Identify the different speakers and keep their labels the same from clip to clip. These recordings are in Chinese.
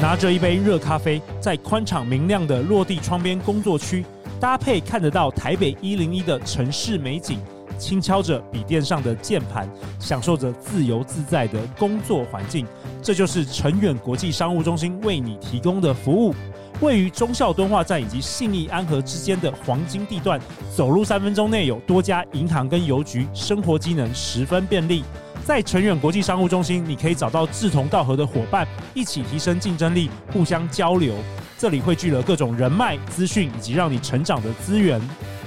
Speaker 1: 拿着一杯热咖啡，在宽敞明亮的落地窗边工作区，搭配看得到台北一零一的城市美景，轻敲着笔电上的键盘，享受着自由自在的工作环境。这就是成远国际商务中心为你提供的服务。位于忠孝敦化站以及信义安和之间的黄金地段，走路三分钟内有多家银行跟邮局，生活机能十分便利。在成远国际商务中心，你可以找到志同道合的伙伴，一起提升竞争力，互相交流。这里汇聚了各种人脉、资讯以及让你成长的资源。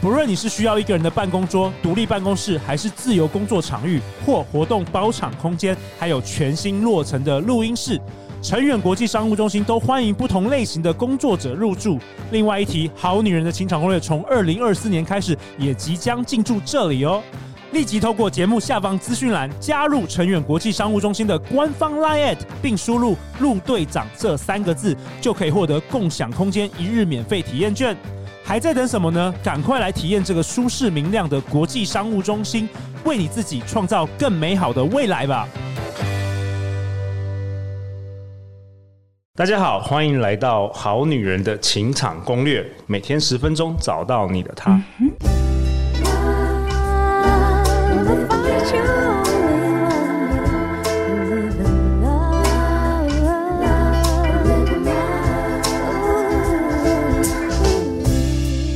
Speaker 1: 不论你是需要一个人的办公桌、独立办公室，还是自由工作场域或活动包场空间，还有全新落成的录音室，成远国际商务中心都欢迎不同类型的工作者入住。另外一提，《好女人的情场攻略》从二零二四年开始，也即将进驻这里哦。立即透过节目下方资讯栏加入成远国际商务中心的官方 Line，at，并输入“陆队长”这三个字，就可以获得共享空间一日免费体验券。还在等什么呢？赶快来体验这个舒适明亮的国际商务中心，为你自己创造更美好的未来吧！
Speaker 2: 大家好，欢迎来到《好女人的情场攻略》，每天十分钟，找到你的他。
Speaker 3: I'll find you live in love,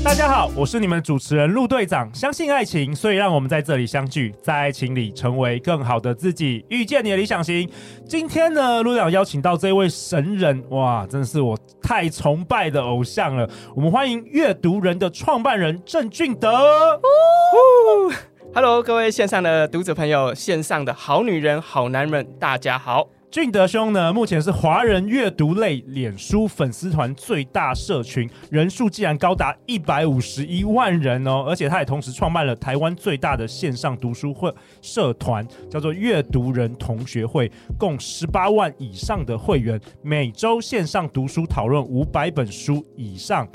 Speaker 1: 大家好，我是你们主持人陆队长。相信爱情，所以让我们在这里相聚，在爱情里成为更好的自己，遇见你的理想型。今天呢，陆队长邀请到这位神人，哇，真是我太崇拜的偶像了。我们欢迎阅读人的创办人郑俊德。
Speaker 4: Hello，各位线上的读者朋友，线上的好女人、好男人，大家好。
Speaker 1: 俊德兄呢，目前是华人阅读类脸书粉丝团最大社群，人数竟然高达一百五十一万人哦！而且他也同时创办了台湾最大的线上读书会社团，叫做阅读人同学会，共十八万以上的会员，每周线上读书讨论五百本书以上。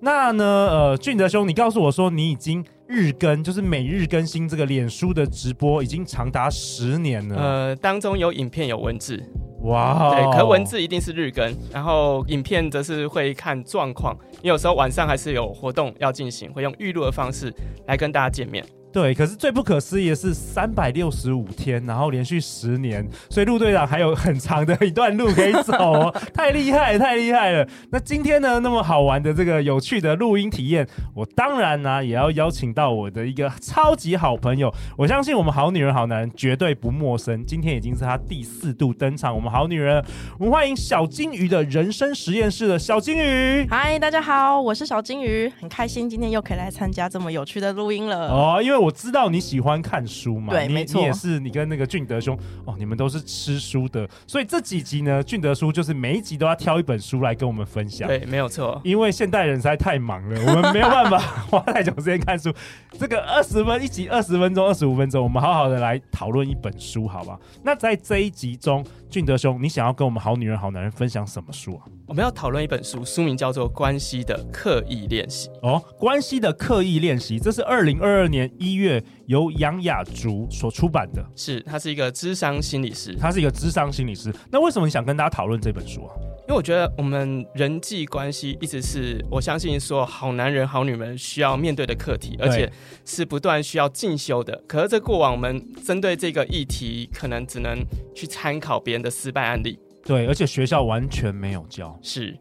Speaker 1: 那呢，呃，俊德兄，你告诉我说你已经日更，就是每日更新这个脸书的直播，已经长达十年了。
Speaker 4: 呃，当中有影片有文字，
Speaker 1: 嗯哇哦
Speaker 4: 对，可文字一定是日更，然后影片则是会看状况，因为有时候晚上还是有活动要进行，会用预录的方式来跟大家见面。
Speaker 1: 对，可是最不可思议的是三百六十五天，然后连续十年，所以陆队长还有很长的一段路可以走哦，太厉害，太厉害了。那今天呢，那么好玩的这个有趣的录音体验，我当然呢、也要邀请到我的一个超级好朋友，我相信我们好女人好男人绝对不陌生，今天已经是他第四度登场，我们好女人，我们欢迎小金鱼的人生实验室的小金鱼。
Speaker 5: 嗨，大家好，我是小金鱼，很开心今天又可以来参加这么有趣的录音了。
Speaker 1: 哦，因为我知道你喜欢看书嘛，
Speaker 5: 呃对
Speaker 1: 你
Speaker 5: 没错
Speaker 1: 你也是，你跟那个俊德兄哦，你们都是吃书的，所以这几集呢，俊德叔就是每一集都要挑一本书来跟我们分享。
Speaker 4: 对，没有错。
Speaker 1: 因为现代人实在太忙了，我们没有办法花太久时间看书。这个二十分一集，二十分钟、二十五分钟，我们好好的来讨论一本书，好吧？那在这一集中，俊德兄，你想要跟我们好女人、好男人分享什么书啊？
Speaker 4: 我们要讨论一本书，书名叫做《关系的刻意练习》。
Speaker 1: 哦，关系的刻意练习，这是二零二二年一月由杨雅竹所出版的。
Speaker 4: 是，他是一个智商心理师，
Speaker 1: 他是一个智商心理师。那为什么你想跟大家讨论这本书啊？
Speaker 4: 因为我觉得我们人际关系一直是我相信说好男人、好女人需要面对的课题，
Speaker 1: 对
Speaker 4: 而且是不断需要进修的。可是这过往我们针对这个议题，可能只能去参考别人的失败案例，
Speaker 1: 对，而且学校完全没有教。
Speaker 4: 是。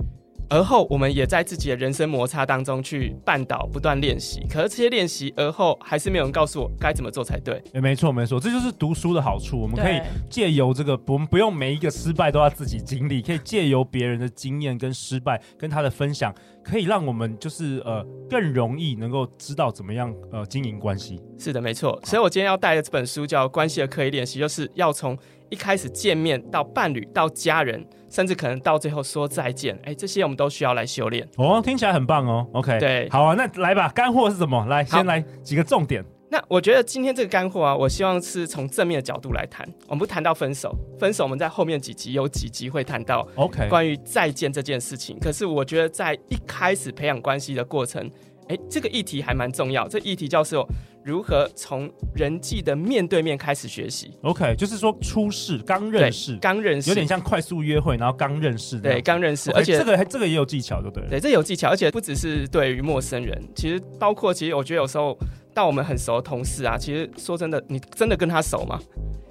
Speaker 4: 而后，我们也在自己的人生摩擦当中去绊倒，不断练习。可是这些练习，而后还是没有人告诉我该怎么做才对。
Speaker 1: 哎，没错没错，这就是读书的好处。我们可以
Speaker 5: 对
Speaker 1: 借由这个，我们不用每一个失败都要自己经历，可以借由别人的经验跟失败，跟他的分享，可以让我们就是呃更容易能够知道怎么样呃经营关系。
Speaker 4: 是的，没错。所以我今天要带的这本书叫《关系的刻意练习》，就是要从一开始见面到伴侣到家人，甚至可能到最后说再见，哎，这些我们都需要来修炼。
Speaker 1: 哦，听起来很棒哦。OK，
Speaker 4: 对
Speaker 1: 好啊，那来吧，干货是什么？来，
Speaker 4: 好
Speaker 1: 先来几个重点。
Speaker 4: 那我觉得今天这个干货啊，我希望是从正面的角度来谈。我们不谈到分手，分手我们在后面几集有几集会谈到
Speaker 1: OK，
Speaker 4: 关于再见这件事情。可是我觉得在一开始培养关系的过程，哎，这个议题还蛮重要。这议题叫做如何从人际的面对面开始学习。
Speaker 1: OK，就是说初试刚认识，
Speaker 4: 刚认识，
Speaker 1: 有点像快速约会，然后刚认识这样
Speaker 4: 对，刚认识，
Speaker 1: OK，
Speaker 4: 而且
Speaker 1: 这个还这个也有技巧，就对了。
Speaker 4: 对，这有技巧，而且不只是对于陌生人，其实包括其实我觉得有时候到我们很熟的同事啊，其实说真的，你真的跟他熟吗？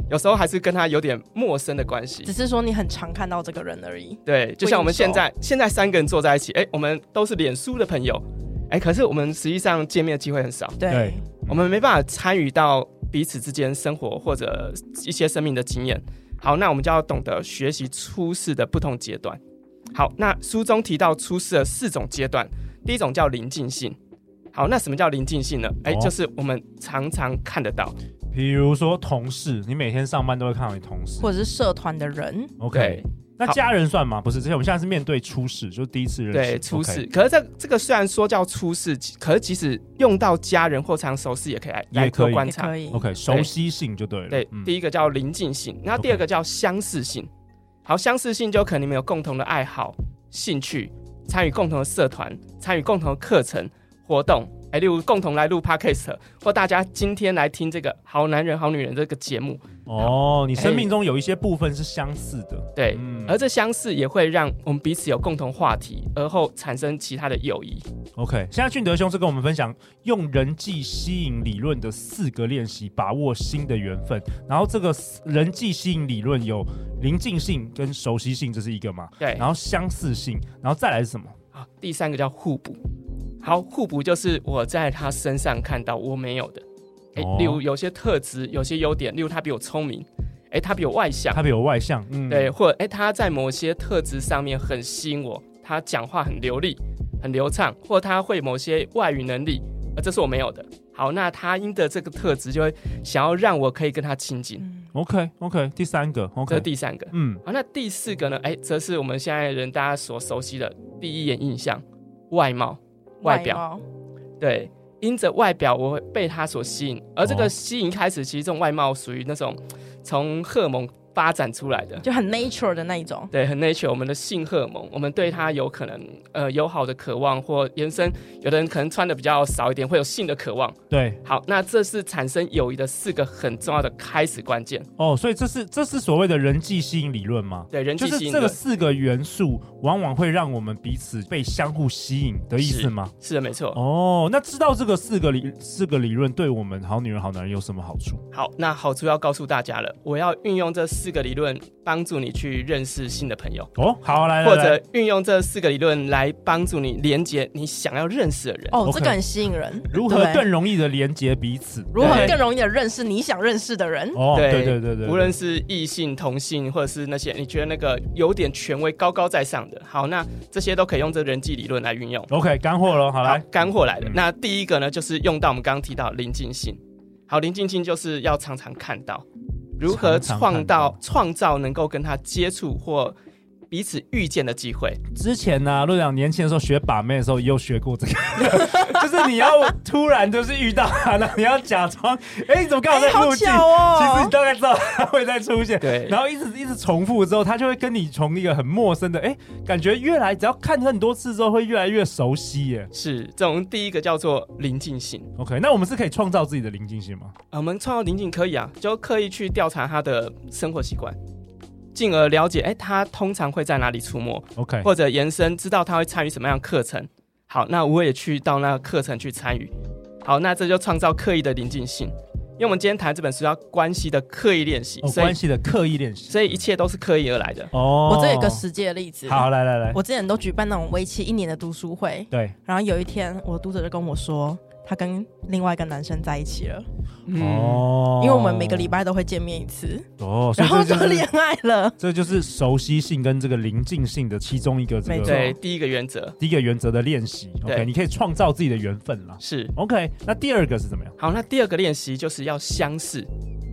Speaker 4: 有时候还是跟他有点陌生的关系
Speaker 5: 只。是说你很常看到这个人而已。
Speaker 4: 对，就像我们
Speaker 5: 不一定
Speaker 4: 现在现在三个人坐在一起，哎，我们都是脸书的朋友，哎，可是我们实际上见面的机会很少，
Speaker 5: 对，
Speaker 4: 我们没办法参与到彼此之间生活或者一些生命的经验。好，那我们就要懂得学习出世的不同阶段。好，那书中提到出世的四种阶段，第一种叫临近性。好，那什么叫临近性呢？哎、
Speaker 1: 哦
Speaker 4: 就是我们常常看得到，
Speaker 1: 比如说同事，你每天上班都会看到你同事。
Speaker 5: 或者是社团的人，
Speaker 1: OK，
Speaker 4: 嗯对
Speaker 1: 那
Speaker 4: 好
Speaker 1: 家人算吗？不是，这些我们现在是面对初试，就是第一次认识。
Speaker 4: 对，出世。
Speaker 1: OK，
Speaker 4: 可是这这个虽然说叫出世，可是即使用到家人或常熟识，也可以来
Speaker 1: 也
Speaker 4: 来
Speaker 1: 可以
Speaker 4: 做观
Speaker 5: 也
Speaker 4: 察
Speaker 5: 可。以。
Speaker 1: OK，熟悉性就对了。嗯
Speaker 4: 对，第一个叫临近性，然后第二
Speaker 1: OK
Speaker 4: 个叫相似性。好，相似性就可能你们有共同的爱好、兴趣，参与共同的社团，参与共同的课程活动。哎，例如共同来录 podcast，或大家今天来听这个《好男人好女人》这个节目，
Speaker 1: 哦，你生命中有一些部分是相似的。
Speaker 4: 对，
Speaker 1: 嗯
Speaker 4: 而这相似也会让我们彼此有共同话题，而后产生其他的友谊。
Speaker 1: OK，现在俊德兄是跟我们分享用人际吸引理论的四个练习，把握新的缘分。然后这个人际吸引理论有临近性跟熟悉性，这是一个嘛？
Speaker 4: 对，
Speaker 1: 然后相似性，然后再来是什么？
Speaker 4: 好，第三个叫互补。好，互补就是我在他身上看到我没有的，诶，
Speaker 1: 哦
Speaker 4: 例如有些特质、有些优点，例如他比我聪明，诶，他比我外向，
Speaker 1: 他比我外向，嗯，
Speaker 4: 对，或者诶，他在某些特质上面很吸引我，他讲话很流利、很流畅，或他会某些外语能力，呃，这是我没有的。好，那他因的这个特质，就会想要让我可以跟他亲近，
Speaker 5: 嗯，
Speaker 1: ，OK OK，第三个
Speaker 4: 这是
Speaker 1: ，OK，
Speaker 4: 第三个。
Speaker 1: 嗯，
Speaker 4: 好，那第四个呢？诶，则是我们现在人大家所熟悉的第一眼印象、外貌、外表。
Speaker 5: 貌
Speaker 4: 对，因着外表我会被他所吸引，而这
Speaker 1: 哦
Speaker 4: 个吸引开始，其实这种外貌属于那种从荷尔蒙发展出来的。
Speaker 5: 就很 nature 的那一种。
Speaker 4: 对，很 nature，我们的性荷尔蒙，我们对他有可能呃友好的渴望，或延伸，有的人可能穿的比较少一点，会有性的渴望。
Speaker 1: 对，
Speaker 4: 好，那这是产生友谊的四个很重要的开始关键。
Speaker 1: 哦，所以这是这是所谓的人际吸引理论吗？
Speaker 4: 对，人
Speaker 1: 就
Speaker 4: 际
Speaker 1: 是
Speaker 4: 吸引
Speaker 1: 这
Speaker 4: 力
Speaker 1: 个四个元素，往往会让我们彼此被相互吸引的意思吗？
Speaker 4: 是的，没错。
Speaker 1: 哦，那知道这个四个理四个理论对我们好女人好男人有什么好处？
Speaker 4: 好，那好处要告诉大家了，我要运用这四个理论帮助你去认识新的朋友。
Speaker 1: 哦，好，来来
Speaker 4: 或
Speaker 1: 来
Speaker 4: 者运用这四个理论来帮助你连接你想要认识的人。
Speaker 5: 哦，
Speaker 1: OK
Speaker 5: 这个很吸引人。
Speaker 1: 如何
Speaker 5: 对
Speaker 1: 更容易的连接彼此？
Speaker 5: 如何
Speaker 4: 对
Speaker 5: 更容易的认识你想认识的人？
Speaker 1: 哦，
Speaker 4: 对
Speaker 1: 对对对对，
Speaker 4: 无论是异性、同性，或者是那些你觉得那个有点权威、高高在上的，好，那这些都可以用这人际理论来运用。
Speaker 1: OK 干货了，好来
Speaker 4: 好，干货来了。
Speaker 1: 嗯
Speaker 4: 那第一个呢，就是用到我们刚刚提到的临近性。好，临近性就是要常常看到如何
Speaker 1: 常常
Speaker 4: 创
Speaker 1: 看到
Speaker 4: 造创造能够跟他接触或彼此遇见的机会。
Speaker 1: 之前呢、陆两年前的时候学把妹的时候，也有学过这个， 就是你要突然就是遇到他，然后你要假装，哎、你怎么刚好在
Speaker 5: 哎，好
Speaker 1: 附近？
Speaker 5: 巧
Speaker 1: 其实你
Speaker 5: 哦！
Speaker 1: 大概知道他会再出现，
Speaker 4: 对
Speaker 1: 然后一直一直重复之后，他就会跟你从一个很陌生的，哎、感觉越来只要看很多次之后，会越来越熟悉耶。
Speaker 4: 是这种第一个叫做临近性。
Speaker 1: OK，那我们是可以创造自己的临近性吗？
Speaker 4: 呃我们创造邻近可以啊，就刻意去调查他的生活习惯，进而了解，哎，他通常会在哪里出没，
Speaker 1: OK，
Speaker 4: 或者延伸知道他会参与什么样的课程。好，那我也去到那个课程去参与。好，那这就创造刻意的邻近性，因为我们今天谈这本书叫关系的刻意练习，
Speaker 1: 哦、
Speaker 4: 所
Speaker 1: 关
Speaker 4: 以
Speaker 1: 系的刻意练习。
Speaker 4: 所以一切都是刻意而来的。
Speaker 1: 哦
Speaker 5: 我这有个实际的例子。
Speaker 1: 好，来来来，
Speaker 5: 我之前都举办那种为期一年的读书会，
Speaker 1: 对，
Speaker 5: 然后有一天我的读者就跟我说，他跟另外一个男生在一起了，
Speaker 4: 嗯，
Speaker 1: 哦
Speaker 5: 因为我们每个礼拜都会见面一次，
Speaker 1: 哦，所以
Speaker 5: 然后就
Speaker 1: 这就是
Speaker 5: 恋爱了。
Speaker 1: 这就是熟悉性跟这个临近性的其中一个这
Speaker 5: 没
Speaker 1: 个
Speaker 5: 错
Speaker 4: 对，第一个原则
Speaker 1: 第一个原则的练习。
Speaker 4: 对
Speaker 1: OK，你可以创造自己的缘分啦。
Speaker 4: 是
Speaker 1: OK，那第二个是怎么样？
Speaker 4: 好，那第二个练习就是要相似，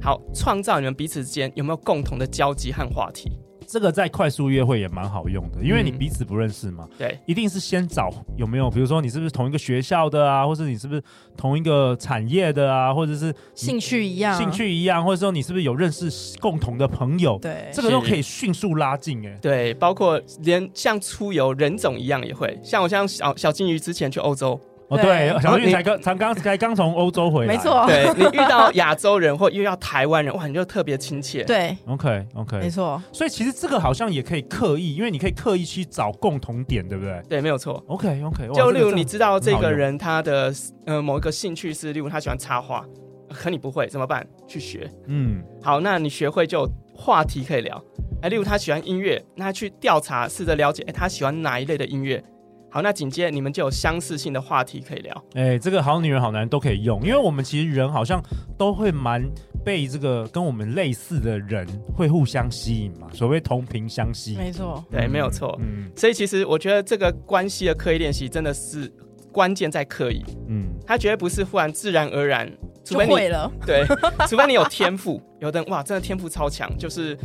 Speaker 4: 好，创造你们彼此之间有没有共同的交集和话题。
Speaker 1: 这个在快速约会也蛮好用的，因为你
Speaker 4: 嗯
Speaker 1: 彼此不认识嘛，
Speaker 4: 对，
Speaker 1: 一定是先找有没有，比如说你是不是同一个学校的啊，或者你是不是同一个产业的啊，或者是
Speaker 5: 兴趣一样，啊
Speaker 1: 兴趣一样，或者说你是不是有认识共同的朋友，
Speaker 5: 对，
Speaker 1: 这个都
Speaker 4: 是
Speaker 1: 可以迅速拉近哎、
Speaker 4: 对，包括连像出游人种一样也会，像我像小小金鱼之前去欧洲，
Speaker 1: 哦，
Speaker 5: 对
Speaker 1: 对，小
Speaker 4: 哦
Speaker 1: 玉
Speaker 4: 你
Speaker 1: 才刚才刚才刚从欧洲回来，
Speaker 5: 没错，
Speaker 4: 对你遇到亚洲人或遇到台湾人，哇，你就特别亲切。
Speaker 5: 对，
Speaker 1: ，OK
Speaker 5: 没
Speaker 1: OK，
Speaker 5: 错，
Speaker 1: 所以其实这个好像也可以刻意，因为你可以刻意去找共同点，对不对
Speaker 4: 对，没有错。
Speaker 1: ？OK OK，
Speaker 4: 就例如你知道这
Speaker 1: 很好
Speaker 4: 个
Speaker 1: 用
Speaker 4: 人他的呃某一个兴趣是，例如他喜欢插画，可你不会怎么办？去学。
Speaker 1: 嗯，
Speaker 4: 好，那你学会就有话题可以聊。哎，例如他喜欢音乐，那去调查，试着了解，哎，他喜欢哪一类的音乐。好，那紧接着你们就有相似性的话题可以聊。
Speaker 1: 哎、这个好女人好男人都可以用，因为我们其实人好像都会蛮被这个跟我们类似的人会互相吸引嘛，所谓同频相吸。
Speaker 5: 没错，
Speaker 4: 对，
Speaker 1: 嗯
Speaker 4: 没有错。
Speaker 1: 嗯
Speaker 4: 所以其实我觉得这个关系的刻意练习真的是关键在刻意，
Speaker 1: 嗯，
Speaker 4: 它绝对不是忽然自然而然，除
Speaker 5: 就
Speaker 4: 非你
Speaker 5: 会了，
Speaker 4: 对，除非你有天赋，有的人哇，真的天赋超强，就是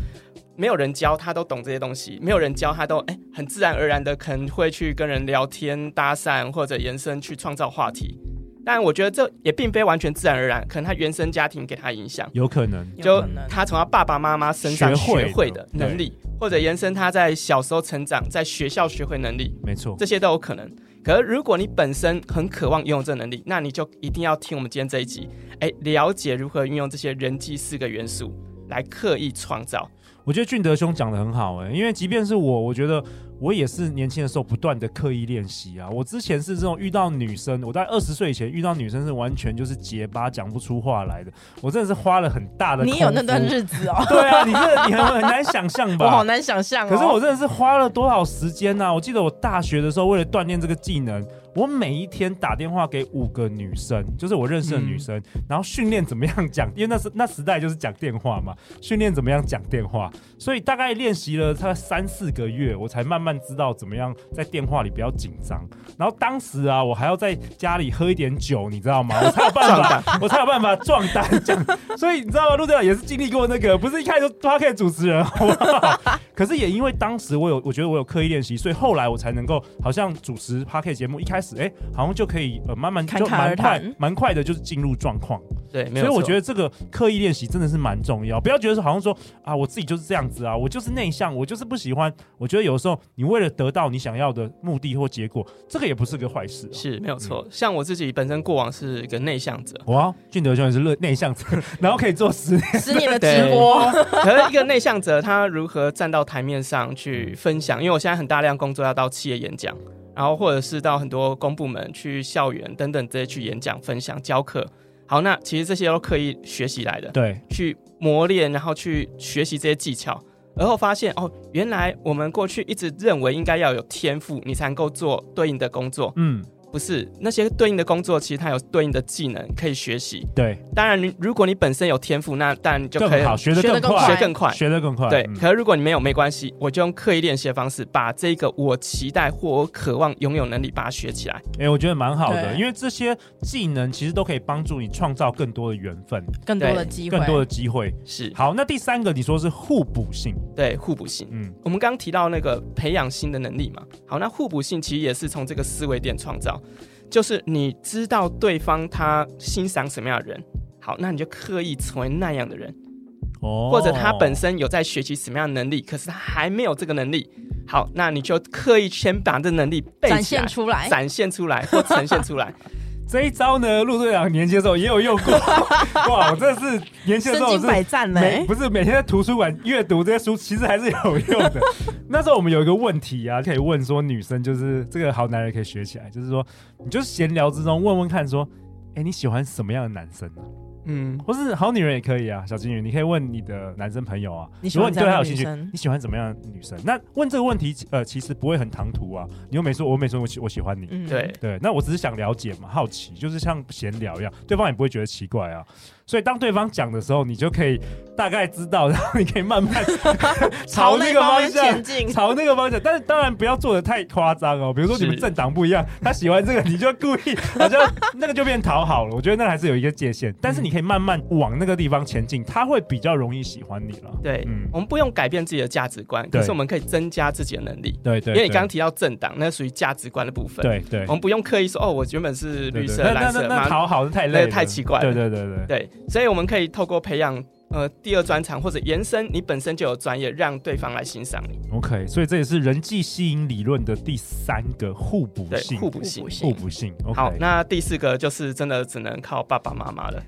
Speaker 4: 没有人教他都懂这些东西，没有人教他都哎、很自然而然的可能会去跟人聊天搭讪或者延伸去创造话题。但我觉得这也并非完全自然而然，可能他原生家庭给他影响，
Speaker 1: 有可能。
Speaker 5: 有
Speaker 4: 就
Speaker 5: 可能
Speaker 4: 他从他爸爸妈妈身上
Speaker 1: 学会
Speaker 4: 学会的
Speaker 1: 的
Speaker 4: 能力，或者延伸他在小时候成长在学校学会能力，
Speaker 1: 嗯没错，
Speaker 4: 这些都有可能。可是如果你本身很渴望拥有这能力，那你就一定要听我们今天这一集，哎，了解如何运用这些人际四个元素来刻意创造。
Speaker 1: 我觉得俊德兄讲的很好哎、因为即便是我，我觉得我也是年轻的时候不断的刻意练习啊。我之前是这种遇到女生，我在二十岁以前遇到女生是完全就是结巴讲不出话来的，我真的是花了很大的。
Speaker 5: 你有那段？日 子哦，
Speaker 1: 对啊，你这你很很难想象吧？
Speaker 5: 我好难想象哦。
Speaker 1: 可是我真的是花了多少时间呢、我记得我大学的时候，为了锻炼这个技能，我每一天打电话给五个女生，就是我认识的女生，然后训练怎么样讲，因为那时那时代就是讲电话嘛，训练怎么样讲电话，所以大概练习了差不多三四个月，我才慢慢知道怎么样在电话里不要紧张。然后当时啊，我还要在家里喝一点酒，你知道吗？我才有办法，我才有办法壮胆讲。所以你知道吗？陆队长也是经历过那个，不是一开始就 p o 主持人，好不好？可是也因为当时我有，我觉得我有刻意练习，所以后来我才能够好像主持 p o c a s t 节目，一开始哎、好像就可以呃慢慢
Speaker 5: 侃
Speaker 1: 就
Speaker 5: 侃
Speaker 1: 蛮
Speaker 5: 而
Speaker 1: 快
Speaker 5: 谈
Speaker 1: 蛮快的，就是进入状况。
Speaker 4: 对，
Speaker 1: 所
Speaker 4: 没有错。
Speaker 1: 以我觉
Speaker 4: 得
Speaker 1: 得这个刻意练习真的是蛮重要，不要觉得说好像说啊我自己就是这样子啊，我就是内向，我就是不喜欢。我觉得有时候你为了得到你想要的目的或结果，这个也不是个坏事、啊。
Speaker 4: 是没有错。像我自己本身过往是一个内向者，
Speaker 1: 哇，俊德兄也是内内 向者，然后可以做十年。
Speaker 5: 十年的直播，
Speaker 4: 可是一个内向者他如何站到台面上去分享？因为我现在很大量工作要到企业演讲，然后或者是到很多公部门去校园等等这些去演讲、分享、教课。好，那其实这些都刻意学习来的。
Speaker 1: 对，
Speaker 4: 去磨练，然后去学习这些技巧，而后发现哦，原来我们过去一直认为应该要有天赋，你才能够做对应的工作，
Speaker 1: 嗯，
Speaker 4: 不是那些对应的工作，其实它有对应的技能可以学习。
Speaker 1: 对，
Speaker 4: 当然，你如果你本身有天赋，那当然你就可以
Speaker 1: 更好，学得
Speaker 5: 学得更
Speaker 1: 快，
Speaker 4: 学更快。
Speaker 1: 学得更快。
Speaker 4: 对，
Speaker 1: 嗯
Speaker 4: 可是如果你没有，没关系，我就用刻意练习的方式，把这个我期待或我渴望拥有能力，把它学起来。
Speaker 1: 哎、我觉得蛮好的，
Speaker 5: 对
Speaker 1: 因为这些技能其实都可以帮助你创造更多的缘分，
Speaker 5: 更多的机会，
Speaker 1: 更多的机会。
Speaker 4: 是
Speaker 1: 好，那第三个你说是互补性，
Speaker 4: 对互补性。
Speaker 1: 嗯，
Speaker 4: 我们刚刚提到那个培养新的能力嘛，好，那互补性其实也是从这个思维点创造，就是你知道对方他欣赏什么样的人，好，那你就刻意成为那样的人，
Speaker 1: 哦
Speaker 4: 或者他本身有在学习什么样的能力，可是他还没有这个能力，好，那你就刻意先把这能力背
Speaker 5: 展
Speaker 4: 起来
Speaker 5: 现，出来，
Speaker 4: 展现出来或呈现 出来，
Speaker 1: 这一招呢，陆队长年轻的时候也有用 过，哇，我真的是年轻的
Speaker 5: 身
Speaker 1: 时候我
Speaker 5: 经
Speaker 1: 是
Speaker 5: 百战
Speaker 1: 每
Speaker 5: 嘞，
Speaker 1: 不是每天在图书馆阅读这些书，其实还是有用 的。那时候我们有一个问题啊，可以问说女生就是这个好男人可以学起来，就是说你就是闲聊之中问问看说，哎、你喜欢什么样的男生呢、
Speaker 4: 嗯，
Speaker 1: 或是好女人也可以啊，小金鱼，你可以问你的男生朋友啊，
Speaker 5: 你喜
Speaker 1: 如果
Speaker 5: 欢
Speaker 1: 你对他有
Speaker 5: 怎
Speaker 1: 兴
Speaker 5: 样
Speaker 1: 趣
Speaker 5: 的女生，
Speaker 1: 你喜欢怎么样的女生？那问这个问题，呃，其实不会很唐突啊。你又没说，我没说我喜我喜欢你，
Speaker 5: 嗯
Speaker 4: 对，
Speaker 1: 对，那我只是想了解嘛，好奇，就是像闲聊一样，对方也不会觉得奇怪啊。所以当对方讲的时候，你就可以大概知道，然后你可以慢慢朝那
Speaker 5: 那
Speaker 1: 个
Speaker 5: 方
Speaker 1: 方
Speaker 5: 面
Speaker 1: 向
Speaker 5: 前进，
Speaker 1: 朝那个方向，但是当然不要做的太夸张哦。比如说你们
Speaker 4: 是
Speaker 1: 政党不一样，他喜欢这个，你就故意 好像那个就变讨好了。我觉得那还是有一个界限，但是你可以慢慢往那个地方前进，他会比较容易喜欢你了。
Speaker 4: 对，
Speaker 1: 嗯，
Speaker 4: 我们不用改变自己的价值观，
Speaker 1: 对
Speaker 4: 可是我们可以增加自己的能力，
Speaker 1: 对对，
Speaker 4: 因为你
Speaker 1: 对
Speaker 4: 刚刚提到政党，那属于价值观的部分，
Speaker 1: 对对
Speaker 4: 我，们不用刻意说哦，我原本是
Speaker 1: 对
Speaker 4: 绿
Speaker 1: 对
Speaker 4: 色、
Speaker 1: 那
Speaker 4: 蓝
Speaker 1: 那那
Speaker 4: 色、
Speaker 1: 那
Speaker 4: 嘛，
Speaker 1: 讨好是太
Speaker 4: 那
Speaker 1: 累了，
Speaker 4: 太奇怪了
Speaker 1: 对对对对，
Speaker 4: 对，所以我们可以透过培养呃第二专长或者延伸你本身就有专业，让对方来欣赏你。
Speaker 1: OK，所以这也是人际吸引理论的第三个互补
Speaker 4: 对
Speaker 1: 性，
Speaker 4: 互补性
Speaker 5: 互补性
Speaker 1: 互补性。OK，
Speaker 4: 好，那第四个就是真的只能靠爸爸妈 妈了，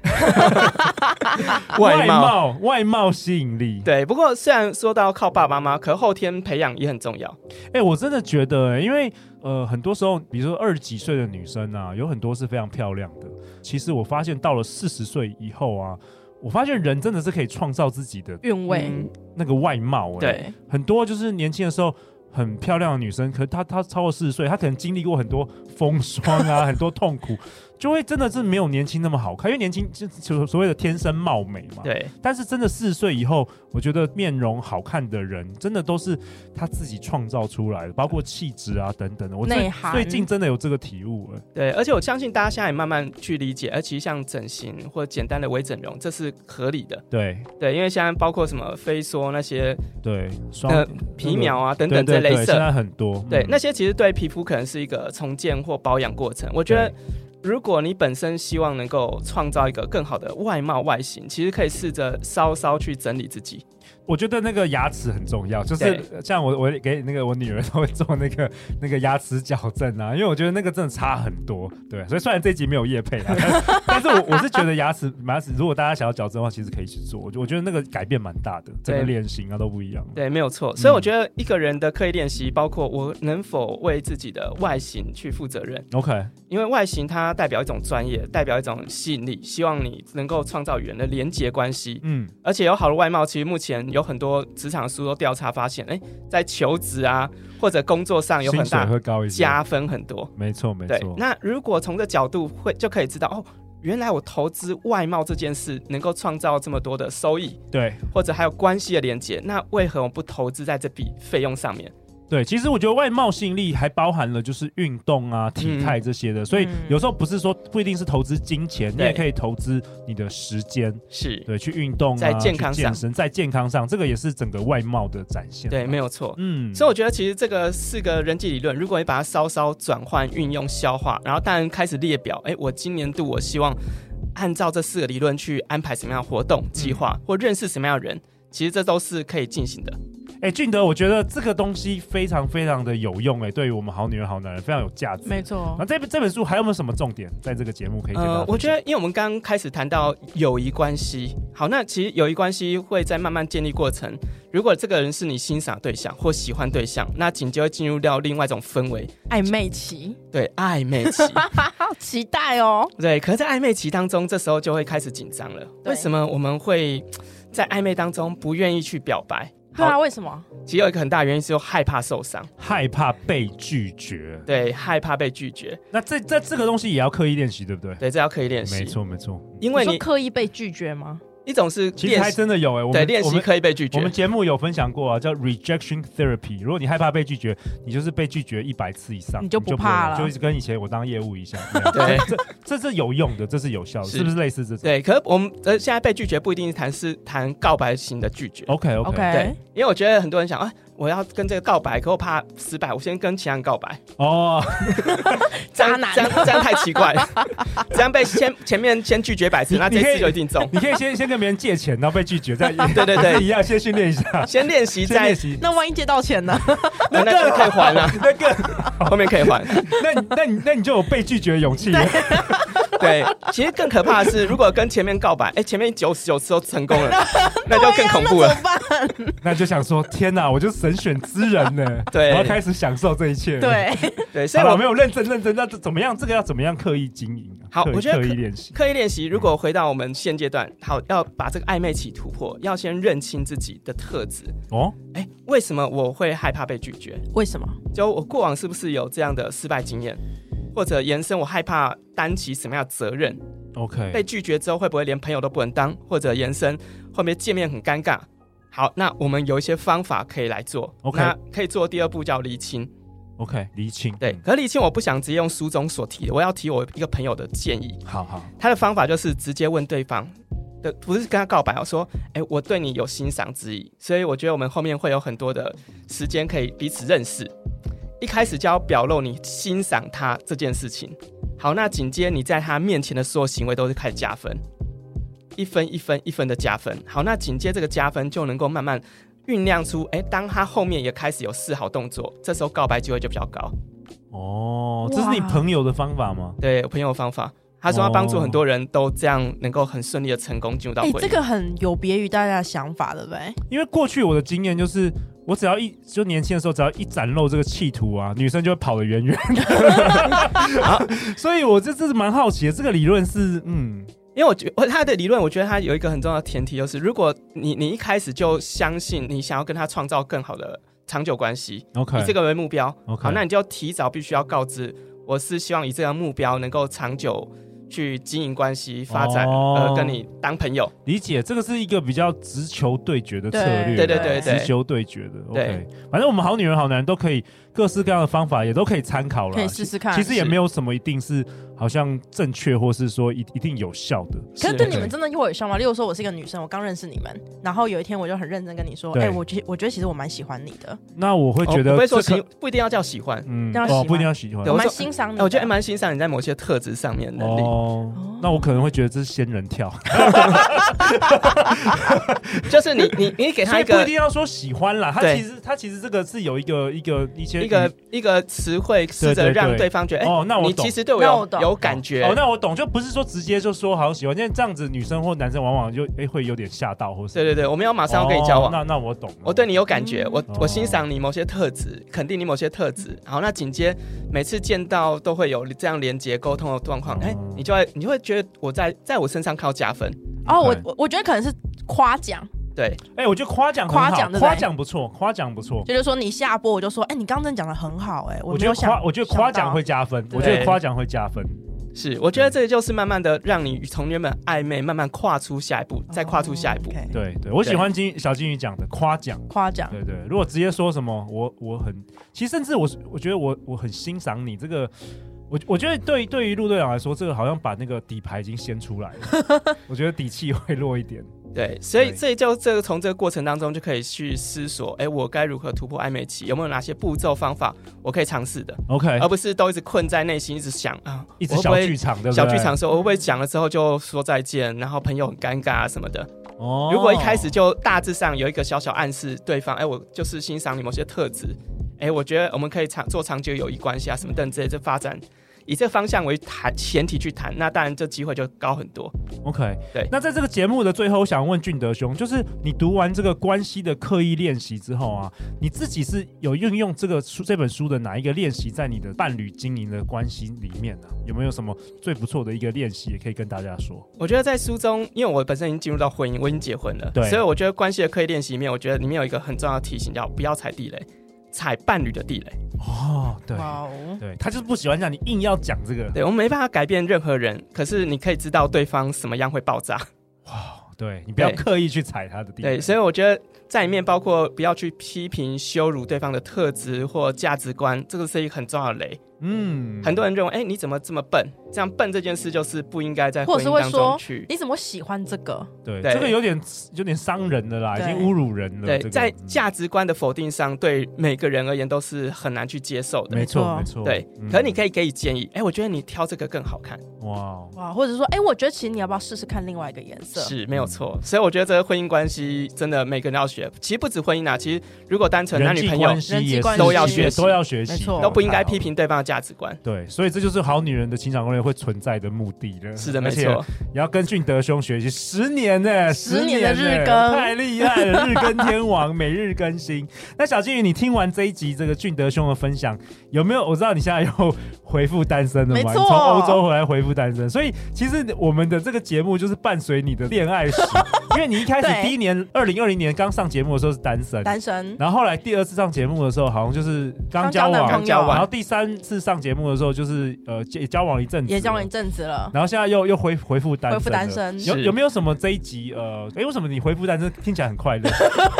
Speaker 1: 外貌外貌吸引力，
Speaker 4: 对，不过虽然说到靠爸爸妈妈，可后天培养也很重要。
Speaker 1: 哎、我真的觉得、因为呃，很多时候，比如说二十几岁的女生啊，有很多是非常漂亮的。其实我发现到了四十岁以后啊，我发现人真的是可以创造自己的
Speaker 5: 韵味，
Speaker 4: 嗯
Speaker 1: 那个外貌、哎，
Speaker 4: 对，
Speaker 1: 很多就是年轻的时候。很漂亮的女生，可她她超过四十岁，她可能经历过很多风霜啊，很多痛苦，就会真的是没有年轻那么好看，因为年轻就就所谓的天生貌美嘛。
Speaker 4: 对，
Speaker 1: 但是真的四十岁以后，我觉得面容好看的人，真的都是他自己创造出来的，包括气质啊等等的。我
Speaker 5: 内
Speaker 1: 最
Speaker 5: 涵
Speaker 1: 最近真的有这个体悟了。
Speaker 4: 对，而且我相信大家现在也慢慢去理解，而其实像整形或简单的微整容，这是合理的。
Speaker 1: 对
Speaker 4: 对，因为现在包括什么飞梭那些
Speaker 1: 对，双、
Speaker 4: 呃皮秒啊等等
Speaker 1: 嗯对对
Speaker 4: 这类
Speaker 1: 对，
Speaker 4: 色，
Speaker 1: 现在很多。
Speaker 4: 对
Speaker 1: 嗯
Speaker 4: 那些其实对皮肤可能是一个重建或保养过程。我觉得
Speaker 1: 对
Speaker 4: 如果你本身希望能够创造一个更好的外貌外形，其实可以试着稍稍去整理自己。
Speaker 1: 我觉得那个牙齿很重要，就是
Speaker 4: 对
Speaker 1: 像我我给那个我女儿都会做那个那个牙齿矫正啊，因为我觉得那个真的差很多。对，所以虽然这集没有叶配 啊，但是但是我我是觉得牙齿牙齿，如果大家想要矫正的话，其实可以去做。我觉我觉得那个改变蛮大的，整个
Speaker 4: 对
Speaker 1: 脸型啊都不一样。
Speaker 4: 对，没有
Speaker 1: 嗯
Speaker 4: 错。所以我觉得一个人的刻意练习，包括我能否为自己的外形去负责任，
Speaker 1: OK，
Speaker 4: 因为外形它代表一种专业，代表一种吸引力，希望你能够创造与人的连结关系。
Speaker 1: 嗯，
Speaker 4: 而且有好的外貌，其实目前有很多职场书都调查发现，哎，在求职啊或者工作上嗯有很
Speaker 1: 薪水
Speaker 4: 大
Speaker 1: 会高一些。
Speaker 4: 加分很多。
Speaker 1: 没错，没
Speaker 4: 对
Speaker 1: 错，。
Speaker 4: 那如果从这角度会就可以知道哦，原来我投资外貌这件事能够创造这么多的收益，
Speaker 1: 对
Speaker 4: 或者还有关系的连接，那为何我不投资在这笔费用上面？
Speaker 1: 对，其实我觉得外貌吸引力还包含了就是运动啊、体
Speaker 4: 嗯
Speaker 1: 态这些的，所以有时候不是说不一定是投资金钱，你
Speaker 4: 对
Speaker 1: 也可以投资你的时间，
Speaker 4: 是
Speaker 1: 对，去运动啊，
Speaker 4: 在健康
Speaker 1: 去健身，在健康上，这个也是整个外貌的展现。
Speaker 4: 对，没
Speaker 1: 有，
Speaker 4: 有错。
Speaker 1: 嗯，
Speaker 4: 所以我觉得，其实这个四个人际理论，如果你把它稍稍转换、运用、消化，然后当然开始列表，哎，我今年度我希望按照这四个理论去安排什么样的活动计划，
Speaker 1: 嗯
Speaker 4: 或认识什么样的人，其实这都是可以进行的。
Speaker 1: 哎，俊德，我觉得这个东西非常非常的有用，哎，对于我们好女人、好男人非常有价值。
Speaker 5: 没错
Speaker 1: 那，这本这本书还有没有什么重点在这个节目可以给大家
Speaker 4: 呃
Speaker 1: 分享？，
Speaker 4: 我觉得，因为我们刚刚开始谈到友谊关系，好，那其实友谊关系会在慢慢建立过程。如果这个人是你欣赏对象或喜欢对象，那紧接着进入到另外一种氛围，
Speaker 5: 暧昧期，
Speaker 4: 对暧昧 期。
Speaker 5: 好期待哦！
Speaker 4: 对，可是，在暧昧期当中，这时候就会开始紧张了。
Speaker 5: 对
Speaker 4: 为什么我们会在暧昧当中不愿意去表白？
Speaker 5: 对啊，
Speaker 4: 好，
Speaker 5: 为什么？
Speaker 4: 其实有一个很大原因是害怕受伤，
Speaker 1: 害怕被拒绝，
Speaker 4: 对，害怕被拒绝，
Speaker 1: 那这这这个东西也要刻意练习，对不对？
Speaker 4: 对，这要可以练习。
Speaker 1: 没，错，没错。
Speaker 4: 因为
Speaker 5: 你说
Speaker 4: 你
Speaker 5: 刻意被拒绝吗？
Speaker 4: 一种是
Speaker 1: 其实还
Speaker 4: 练习，
Speaker 1: 真的有哎、我们
Speaker 4: 对，练
Speaker 1: 我
Speaker 4: 习
Speaker 1: 们
Speaker 4: 可以被拒
Speaker 1: 我
Speaker 4: 绝
Speaker 1: 们。节目有分享过啊，叫 rejection therapy。如果你害怕被拒绝，你就是被拒绝一百次以上，
Speaker 5: 你就不
Speaker 1: 不会
Speaker 5: 怕了
Speaker 1: 就跟以前我当业务一 样。对
Speaker 4: 对
Speaker 1: 这是有用的，这是有效的，
Speaker 4: 是
Speaker 1: 是不是类似这种
Speaker 4: 对，可是我们呃现在被拒绝不一定谈是谈告白型的拒绝。
Speaker 1: ？OK OK
Speaker 5: OK
Speaker 4: 对，因为我觉得很多人想啊，我要跟这个告白，可我怕失败，我先跟其他人告白，
Speaker 1: 哦，
Speaker 4: 这样
Speaker 5: 渣男
Speaker 4: 这样这样太 奇怪了，这样被先前面先拒绝百次，
Speaker 1: 你
Speaker 4: 那
Speaker 1: 你
Speaker 4: 这
Speaker 1: 可以
Speaker 4: 次就一定中。
Speaker 1: 你可以先先跟别人借钱，然后被拒绝， 再
Speaker 4: 对对对
Speaker 1: 一样先训练一下，
Speaker 4: 先练习
Speaker 1: 先
Speaker 4: 再哦
Speaker 1: 练习。
Speaker 5: 那万一借到钱呢？
Speaker 4: 那那个可以还了，
Speaker 1: 那个，
Speaker 4: 后面可以还。
Speaker 1: 那你那你那你就有被拒绝的勇气了。
Speaker 4: 对，其实更可怕的是，如果跟前面告白，哎、前面九十九次都成 功了，那就更恐怖
Speaker 5: 啊那
Speaker 4: 了。
Speaker 5: 怎么办？
Speaker 1: 那就想说，天哪，我就神选之人呢，
Speaker 4: 对
Speaker 1: 我要开始享受这一切了。
Speaker 5: 对，
Speaker 4: 对，所
Speaker 1: 好
Speaker 4: 以
Speaker 1: 了，
Speaker 4: 我
Speaker 1: 没有
Speaker 4: 们
Speaker 1: 认真认真，那这怎么样？这个要怎么样刻意经营啊？
Speaker 4: 好
Speaker 1: 刻意
Speaker 4: 我觉得
Speaker 1: 刻
Speaker 4: 可
Speaker 1: 意练习。
Speaker 4: 刻意练习，如果回到我们现阶段，好，要把这个暧昧期突破，要先认清自己的特质。
Speaker 1: 哦，
Speaker 4: 哎、为什么我会害怕被拒绝？
Speaker 5: 为什么？
Speaker 4: 就我过往是不是有这样的失败经验，或者延伸我害怕担起什么样的责任？
Speaker 1: OK，
Speaker 4: 被拒绝之后会不会连朋友都不能当，或者延伸后面见面很尴尬？好，那我们有一些方法可以来做。
Speaker 1: OK
Speaker 4: 那可以做第二步叫厘清。
Speaker 1: OK，厘清。
Speaker 4: 对，
Speaker 1: 嗯
Speaker 4: 可是厘清我不想直接用书中所提的，我要提我一个朋友的建议。
Speaker 1: 好好，
Speaker 4: 他的方法就是直接问对方的，不是跟他告白哦，说，哎，我对你有欣赏之意，所以我觉得我们后面会有很多的时间可以彼此认识。一开始就要表露你欣赏他这件事情。好，那紧接你在他面前的所有行为都是开始加分。一分一分一分的加分。好，那紧接这个加分就能够慢慢酝酿出，哎，当他后面也开始有示好动作，这时候告白机会就比较高。
Speaker 1: 哦，这是你
Speaker 5: 哇
Speaker 1: 朋友的方法吗？
Speaker 4: 对我朋友的方法，他说他帮助很多人都这样能够很顺利的成功进入到
Speaker 5: 哎、
Speaker 4: 婚姻。
Speaker 5: 这个很有别于大家的想法，对不对？
Speaker 1: 因为过去我的经验就是，我只要一就年轻的时候，只要一展露这个企图啊，女生就会跑得远远 的。啊所以我这这是蛮好奇的，这个理论是嗯，
Speaker 4: 因为我觉我他的理论，我觉得他有一个很重要的前提，就是如果你你一开始就相信你想要跟他创造更好的长久关系，
Speaker 1: OK，
Speaker 4: 以这个为目标
Speaker 1: OK
Speaker 4: 好，那你就提早必须要告知，我是希望以这样目标能够长久去经营关系、发展，
Speaker 1: 哦
Speaker 4: 呃，跟你当朋友。
Speaker 1: 理解，这个是一个比较直球对决的策略，
Speaker 5: 对
Speaker 4: 对对对对
Speaker 1: 直球对决的。
Speaker 4: 对
Speaker 1: OK，反正我们好女人好男人都可以各式各样的方法，也都可以参考了。
Speaker 5: 可以试试看
Speaker 1: 其实也
Speaker 4: 是
Speaker 1: 没有什么一定是好像正确，或是说一一定有效的。
Speaker 5: 可是对
Speaker 1: 是
Speaker 5: 你们真的会有效吗？例如说，我是一个女生，我刚认识你们，然后有一天我就很认真跟你说，
Speaker 1: 对
Speaker 5: 哎、我觉我觉得其实我蛮喜欢你的，
Speaker 1: 那我会
Speaker 4: 哦我
Speaker 1: 觉得
Speaker 4: 不会说
Speaker 1: 这
Speaker 4: 喜
Speaker 1: 个，，
Speaker 4: 不一定要叫喜欢，
Speaker 1: 嗯
Speaker 5: 要喜
Speaker 1: 哦，
Speaker 5: 欢
Speaker 1: 不一定要喜欢
Speaker 4: 对
Speaker 5: 我
Speaker 4: 我
Speaker 5: 蛮
Speaker 4: 说
Speaker 5: 欣赏你的。
Speaker 4: 哎我觉得还蛮欣赏你在某些特质上面的能力，
Speaker 1: 哦。那我可能会觉得这是仙人跳，
Speaker 4: 就是你你 你给
Speaker 1: 所
Speaker 4: 他
Speaker 1: 以
Speaker 4: 一
Speaker 1: 不一
Speaker 4: 个
Speaker 1: 定要说喜欢啦。他
Speaker 4: 对
Speaker 1: 其实他其实这个是有一个一个一些
Speaker 4: 一个一个词汇，试
Speaker 1: 对对
Speaker 4: 着让
Speaker 1: 对
Speaker 4: 对方觉得，哎、
Speaker 1: 哦那我
Speaker 4: 你
Speaker 1: 懂
Speaker 4: 其实对我
Speaker 5: 那
Speaker 4: 有
Speaker 5: 我懂
Speaker 4: 有感觉。
Speaker 1: 哦，那我懂，就不是说直接就说好喜欢，因为这样子女生或男生往往就哎会有点吓到，或是
Speaker 4: 对对对，我没有马上要跟你交
Speaker 1: 哦
Speaker 4: 往。
Speaker 1: 那那我懂了，
Speaker 4: 我对你有感
Speaker 5: 嗯
Speaker 4: 觉，我
Speaker 1: 哦
Speaker 4: 我欣赏你某些特质，肯定你某些特质。好，那紧接每次见到都会有这样连接沟通的状况，哎、
Speaker 1: 哦
Speaker 4: 你就会你就会觉得我在在我身上靠加分，
Speaker 5: 哦，我
Speaker 1: 对
Speaker 5: 我我觉得可能是夸奖，
Speaker 4: 对
Speaker 1: 哎、我觉得夸奖很好
Speaker 5: 夸奖对不对
Speaker 1: 夸奖不错，夸奖不错。
Speaker 5: 就是说你下播我就说，哎、你刚刚真的讲的很好、哎，
Speaker 1: 我
Speaker 5: 没
Speaker 1: 觉
Speaker 5: 有
Speaker 1: 得
Speaker 5: 想
Speaker 1: 夸，我觉得夸奖会加分，
Speaker 5: 对
Speaker 1: 我觉得夸奖会加分。
Speaker 4: 是，我觉得这就是慢慢的让你从原本暧昧慢慢跨出下一步，再跨出下一步。
Speaker 5: 哦，OK
Speaker 1: 对对，我喜欢金小金鱼讲的夸奖。
Speaker 5: 夸奖。
Speaker 1: 对对，如果直接说什么我我很，其实甚至我我觉得我我很欣赏你这个，我我觉得对对于陆队长来说，这个好像把那个底牌已经掀出来了， 我觉得底气会弱一点。
Speaker 4: 对，所
Speaker 1: 嗯
Speaker 4: 以
Speaker 1: 对
Speaker 4: 这就这个从这个过程当中就可以去思索，哎、我该如何突破暧昧期？有没有哪些步骤方法我可以尝试的，
Speaker 1: OK，
Speaker 4: 而不是都一直困在内心，一直想啊，
Speaker 1: 哎一直
Speaker 4: 呃我会不
Speaker 1: 小
Speaker 4: 会
Speaker 1: 剧场对不对？
Speaker 4: 小剧场的时候，我会不会讲了之后就说再见，然后朋友很尴尬啊什么的？
Speaker 1: 哦，
Speaker 4: 如果一开始就大致上有一个小小暗示对方，哎，我就是欣赏你某些特质，哎，我觉得我们可以长做长久友谊关系啊什么等之类的发展。以这个方向为谈前提去谈，那当然这机会就高很多。
Speaker 1: OK，
Speaker 4: 对
Speaker 1: 那在这个节目的最后，我想问俊德兄，就是你读完这个关系的刻意练习之后啊，你自己是有运用这个书这本书的哪一个练习在你的伴侣经营的关系里面呢、有没有什么最不错的一个练习，也可以跟大家说？
Speaker 4: 我觉得在书中，因为我本身已经进入到婚姻，我已经结婚了，
Speaker 1: 对
Speaker 4: 所以我觉得关系的刻意练习里面，我觉得里面有一个很重要的提醒，叫不要踩地雷，踩伴侣的地雷。
Speaker 1: 哦，对。
Speaker 5: 哇哦，
Speaker 1: 对他就是不喜欢这样，你硬要讲这个，
Speaker 4: 对我们没办法改变任何人，可是你可以知道对方什么样会爆炸。
Speaker 1: 对你不要
Speaker 4: 对
Speaker 1: 刻意去踩他的地雷。
Speaker 4: 对，所以我觉得在里面包括不要去批评、羞辱对方的特质或价值观，这个是一个很重要的雷。
Speaker 1: 嗯
Speaker 4: 很多人认为，哎、你怎么这么笨？这样笨这件事就是不应该在
Speaker 5: 或
Speaker 4: 婚
Speaker 5: 者
Speaker 4: 姻
Speaker 5: 是会
Speaker 4: 当
Speaker 5: 说
Speaker 4: 中去。
Speaker 5: 你怎么喜欢这个？
Speaker 1: 对
Speaker 4: 对
Speaker 1: 这个有点有点伤人的啦，已
Speaker 5: 对
Speaker 1: 经侮辱人了。
Speaker 4: 对
Speaker 1: 这，个
Speaker 4: 在
Speaker 1: 嗯
Speaker 4: 价值观的否定上，对每个人而言都是很难去接受的。
Speaker 1: 没错没
Speaker 5: 没
Speaker 1: 错，
Speaker 4: 对，可是你可以给予建议，哎、我觉得你挑这个更好看，
Speaker 1: 以嗯哇，哦
Speaker 5: 哇，或者说，哎、我觉得其实你要不要试试看另外一个颜色？
Speaker 4: 是没有错。所以我觉得这个婚姻关系真的每个人要学，其实不止婚姻啊，其实如果单纯男
Speaker 1: 人际
Speaker 4: 女朋友
Speaker 1: 关系哦
Speaker 5: 人际
Speaker 1: 也
Speaker 5: 关
Speaker 1: 是
Speaker 4: 系都要
Speaker 1: 也
Speaker 4: 学习
Speaker 1: 都要学习，
Speaker 5: 没错
Speaker 4: 都不应该批。评对方的价值观。
Speaker 1: 对，所以这就是好女人的情场攻略会存在的目的了。
Speaker 4: 是的，
Speaker 1: 嗯
Speaker 4: 没
Speaker 1: 而且
Speaker 4: 错。
Speaker 1: 也要跟俊德兄学习十年呢、
Speaker 5: 十年
Speaker 1: 10
Speaker 5: 的
Speaker 1: 呢
Speaker 5: 日更
Speaker 1: 太厉害了，日更天王，每日更新。那小金鱼，你听完这一集这个俊德兄的分享，有没有？我知道你现在又 回复单身了
Speaker 5: 没
Speaker 1: 嘛？
Speaker 5: 错
Speaker 1: 你从欧洲回来回复单身，所以其实我们的这个节目就是伴随你的恋爱 史，因为你一开始
Speaker 5: 对
Speaker 1: 第一年，二零二零年刚上节目的时候是单身，
Speaker 5: 单身
Speaker 1: 然后后来第二次上节目的时候，好像就是刚交往，
Speaker 5: 男
Speaker 4: 刚
Speaker 5: 朋
Speaker 4: 交
Speaker 5: 友
Speaker 4: 往
Speaker 1: 然后第三次上节目的时候，就是呃也交往一阵子，
Speaker 5: 也交往一，阵子了。
Speaker 1: 然后现在又又恢恢复单身了，
Speaker 5: 恢复单身
Speaker 1: 有
Speaker 4: 是
Speaker 1: 有没有什么这一集呃，哎，为什么你恢复单身听起来很快乐，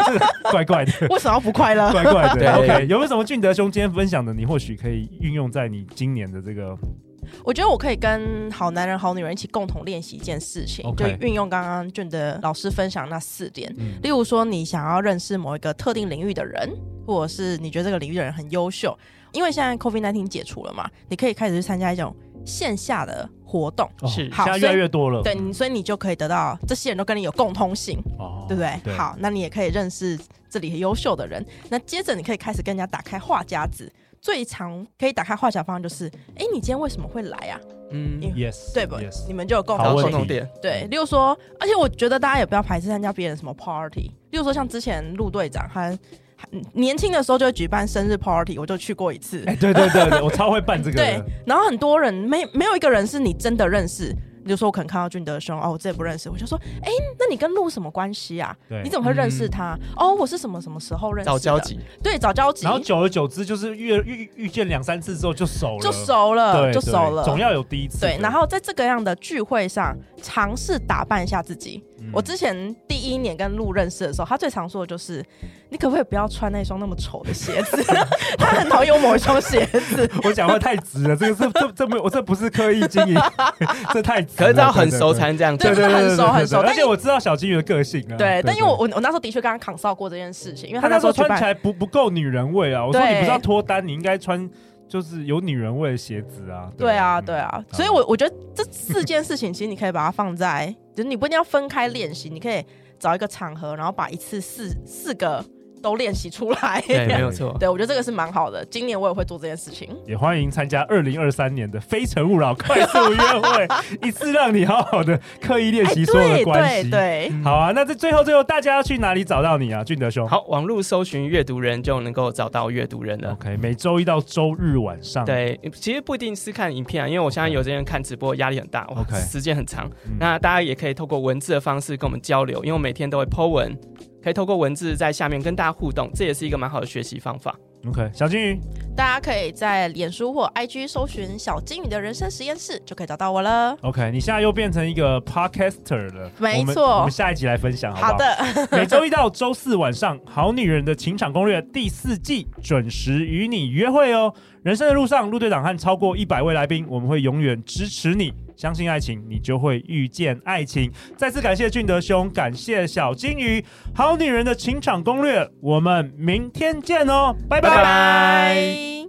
Speaker 1: 这个怪怪 的，
Speaker 5: 为什么要不快乐？
Speaker 1: 怪怪的。
Speaker 4: 对
Speaker 1: OK，有没有什么俊德兄今天分享的，你或许可以运用在你今年的这个
Speaker 5: 我觉得我可以跟好男人、好女人一起共同练习一件事情
Speaker 1: OK
Speaker 5: 就运用刚刚俊的老师分享那四点。
Speaker 1: 嗯
Speaker 5: 例如说，你想要认识某一个特定领域的人，或者是你觉得这个领域的人很优秀，因为现在 COVID 1 9解除了嘛，你可以开始去参加一种线下的活动。
Speaker 1: 哦
Speaker 4: 是
Speaker 1: 现在越来越多了，
Speaker 5: 对，你所以你就可以得到这些人都跟你有共通性，
Speaker 1: 哦
Speaker 5: 对不对？，好，那你也可以认识这里优秀的人。那接着你可以开始跟人家打开话匣子。最常可以打开话匣方案就是，哎，你今天为什么会来啊？
Speaker 4: 嗯，
Speaker 5: 因
Speaker 1: ，yes，
Speaker 5: 对不
Speaker 1: yes
Speaker 5: 你们就有共
Speaker 1: 好
Speaker 5: 同
Speaker 1: 问
Speaker 4: 共
Speaker 5: 性。
Speaker 1: 题
Speaker 4: 同点，
Speaker 5: 对，例如说，而且我觉得大家也不要排斥参加别人什么 party。例如说，像之前陆队长他他年轻的时候就会举办生日 party，我就去过一次。
Speaker 1: 哎，对对对对，我超会办这个
Speaker 5: 对
Speaker 1: 的，，
Speaker 5: 然后很多人没没有一个人是你真的认识。你就说我可能看到俊德兄，哦，我这也不认识，我就说，哎、那你跟陆什么关系啊？
Speaker 1: 对嗯
Speaker 5: 你怎么会认识他？哦，我是什么什么时候认识的？
Speaker 4: 早交，集，
Speaker 5: 对，早交集，
Speaker 1: 然后久而久之，就是越遇遇见两三次之后就熟了，
Speaker 5: 就熟了，
Speaker 1: 对，
Speaker 5: 就
Speaker 1: 对
Speaker 5: 熟了，
Speaker 1: 总要有第一次的。
Speaker 5: 对，然后在这个样的聚会上，尝试打扮一下自己。
Speaker 1: 嗯
Speaker 5: 我之前第一年跟路认识的时候，他最常说的就是：“你可不可以不要穿那双那么丑的鞋 子？” 他很讨厌我某一双鞋子。
Speaker 1: 我讲话太直了，这个这这这没有，我这不是刻意经 营，这太直了。
Speaker 4: 可是这要很熟
Speaker 1: 对。
Speaker 4: 才能这样
Speaker 1: 对
Speaker 4: 讲
Speaker 5: 对。真的很熟很熟
Speaker 1: 而
Speaker 5: 但
Speaker 1: 且我知道小金鱼的个性啊。
Speaker 5: 对，但因为我我我那时候的确跟他扛哨过这件事情，因为
Speaker 1: 他那时候
Speaker 5: 举
Speaker 1: 穿
Speaker 5: 办
Speaker 1: 起来不不够女人味啊，我说
Speaker 5: 对
Speaker 1: 你不是要脱单，你应该穿就是有女人味的鞋子啊。
Speaker 5: 对啊，
Speaker 1: 嗯
Speaker 5: 对啊，
Speaker 1: 嗯
Speaker 5: 所以我我觉得这四件事情，其实你可以把它放在，就是你不一定要分开练习，你可以找一个场合，然后把一次四四个都练习出来。
Speaker 4: 对，没有错。
Speaker 5: 对，我觉得这个是蛮好的。今年我也会做这件事情。
Speaker 1: 也欢迎参加二零二三年的《非诚勿扰》快速约 会，一次让你好好的刻意练习所有的
Speaker 5: 哎对
Speaker 1: 关系。
Speaker 5: 对对，
Speaker 1: 好啊，那这最后最后大家要去哪里找到你啊，俊德兄？
Speaker 4: 好，网络搜寻阅读人就能够找到阅读人了。
Speaker 1: ，OK，每周一到周日晚上，，
Speaker 4: 对，其实不一定是看影片啊，因为我相信有些人看直播压力很大，哇
Speaker 1: OK
Speaker 4: 时间很长
Speaker 1: 嗯。
Speaker 4: 那大家也可以透过文字的方式跟我们交流，因为我每天都会 Po 文，可以透过文字在下面跟大家互动，这也是一个蛮好的学习方法。
Speaker 1: OK，小金鱼，
Speaker 5: 大家可以在脸书或 IG 搜寻“小金鱼的人生实验室”，就可以找到我了。
Speaker 1: OK，你现在又变成一个 podcaster 了，
Speaker 5: 没
Speaker 1: 我们
Speaker 5: 错
Speaker 1: 我们下一集来分享好不好？
Speaker 5: 好，的，
Speaker 1: 每周一到周四晚上，《好女人的情场攻略》第四季准时与你约会哦。人生的路上，陆队长和超过一百位来宾，我们会永远支持你。相信爱情，你就会遇见爱情。再次感谢俊德兄，感谢小金鱼，《好女人的情场攻略》，我们明天见哦，拜拜
Speaker 4: 拜
Speaker 5: 拜。